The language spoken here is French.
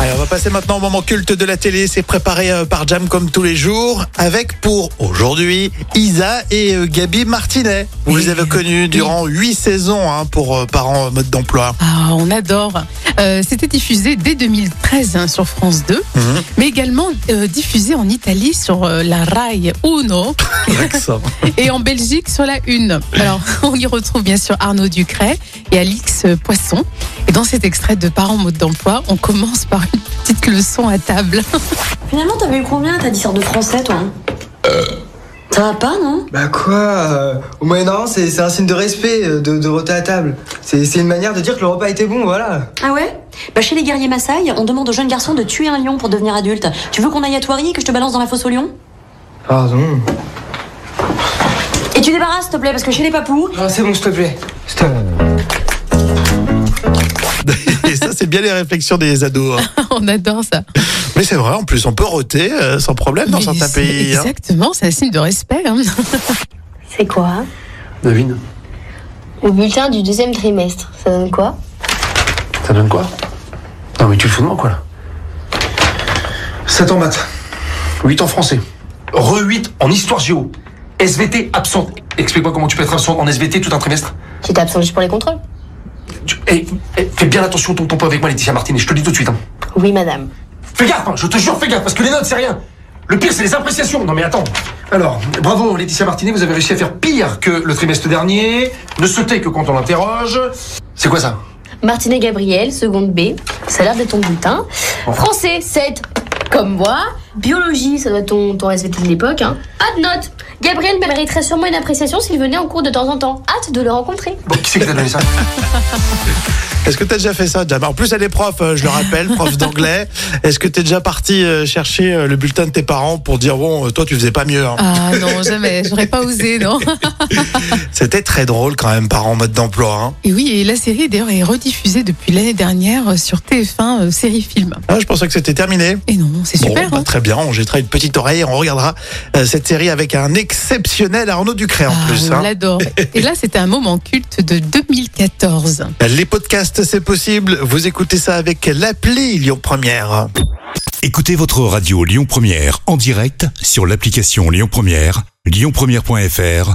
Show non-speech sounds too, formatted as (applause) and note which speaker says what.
Speaker 1: Allez, on va passer maintenant au moment culte de la télé. C'est préparé euh, par Jam comme tous les jours, avec pour aujourd'hui Isa et euh, Gabi Martinet. Vous les avez connus durant huit saisons hein, pour euh, Parents euh, Mode
Speaker 2: (laughs)
Speaker 1: d'Emploi.
Speaker 2: Ah, on adore. Euh, C'était diffusé dès 2013 hein, sur France 2,
Speaker 1: Mhm.
Speaker 2: mais également euh, diffusé en Italie sur euh, la Rai
Speaker 1: (laughs)
Speaker 2: Uno et en Belgique sur la Une. Alors, (laughs) on y retrouve bien sûr Arnaud Ducret et Alix euh, Poisson. Et dans cet extrait de Parents mode d'emploi, on commence par une petite leçon à table. (laughs)
Speaker 3: Finalement, t'avais eu combien ta sortes de français, toi Euh. Ça va pas, non
Speaker 4: Bah quoi euh, Au Moyen-Orient, c'est c'est un signe de respect euh, de, de rôter à table. C'est c'est une manière de dire que le repas était bon, voilà.
Speaker 3: Ah ouais Bah, chez les guerriers Maasai, on demande aux jeunes garçons de tuer un lion pour devenir adulte. Tu veux qu'on aille à Thoiry et que je te balance dans la fosse au lion
Speaker 4: Pardon.
Speaker 3: Et tu débarrasses, s'il te plaît, parce que chez les papous.
Speaker 4: Non, c'est bon, s'il te plaît. Stop.
Speaker 1: et ça, c'est bien les réflexions des ados. hein.
Speaker 2: on adore ça.
Speaker 1: Mais c'est vrai, en plus, on peut roter euh, sans problème dans
Speaker 2: Mais
Speaker 1: certains
Speaker 2: c'est-
Speaker 1: pays. hein.
Speaker 2: Exactement, c'est un signe de respect. hein.
Speaker 5: C'est quoi
Speaker 6: Devine,
Speaker 5: Le bulletin du deuxième trimestre, ça donne quoi
Speaker 6: ça donne quoi Non mais tu te fous de moi quoi là 7 en maths, 8 en français, re-8 en histoire géo, SVT absente. Explique-moi comment tu peux être absente en SVT tout un trimestre.
Speaker 5: Tu t'es absent juste pour les contrôles
Speaker 6: Tu- eh, eh, fais bien attention ton tampon avec moi Laetitia Martin et je te le dis tout de suite. hein.
Speaker 5: Oui, madame.
Speaker 6: Fais gaffe, hein, je te jure, fais gaffe, parce que les notes, c'est rien. Le pire, c'est les appréciations. Non, mais attends. Alors, bravo, Laetitia Martinet, vous avez réussi à faire pire que le trimestre dernier. Ne sauter que quand on l'interroge. C'est quoi ça
Speaker 5: Martinet Gabriel, seconde B, ça a l'air d'être ton bulletin. Français, 7, comme moi. Biologie, ça doit être ton, ton SVT de l'époque. Hein. Hâte note Gabriel mériterait sûrement une appréciation s'il venait en cours de temps en temps. Hâte de le rencontrer.
Speaker 6: Bon, qui c'est qui t'a donné ça
Speaker 1: Est-ce que t'as déjà fait ça, Jam En plus, elle est prof, euh, je le rappelle,
Speaker 2: (laughs)
Speaker 1: prof d'anglais. Est-ce que t'es déjà parti euh, chercher euh, le bulletin de tes parents pour dire, bon, euh, toi, tu faisais pas mieux hein.
Speaker 2: Ah non, jamais, j'aurais pas osé, non.
Speaker 1: C'était très drôle quand même, Parents Mode d'Emploi. hein.
Speaker 2: Et oui, et la série d'ailleurs est rediffusée depuis l'année dernière sur TF1 euh, série film.
Speaker 1: Ah, je pensais que c'était terminé.
Speaker 2: Et non, c'est
Speaker 1: Bon,
Speaker 2: super.
Speaker 1: bah,
Speaker 2: hein.
Speaker 1: Très bien, on jettera une petite oreille et on regardera euh, cette série avec un exceptionnel Arnaud Ducret en
Speaker 2: Ah,
Speaker 1: plus.
Speaker 2: on
Speaker 1: hein. (laughs)
Speaker 2: l'adore. Et là, c'était un moment culte de 2014.
Speaker 1: Les podcasts, c'est possible. Vous écoutez ça avec l'appli Lyon Première.
Speaker 7: Écoutez votre radio Lyon Première en direct sur l'application Lyon Première, lyonpremière.fr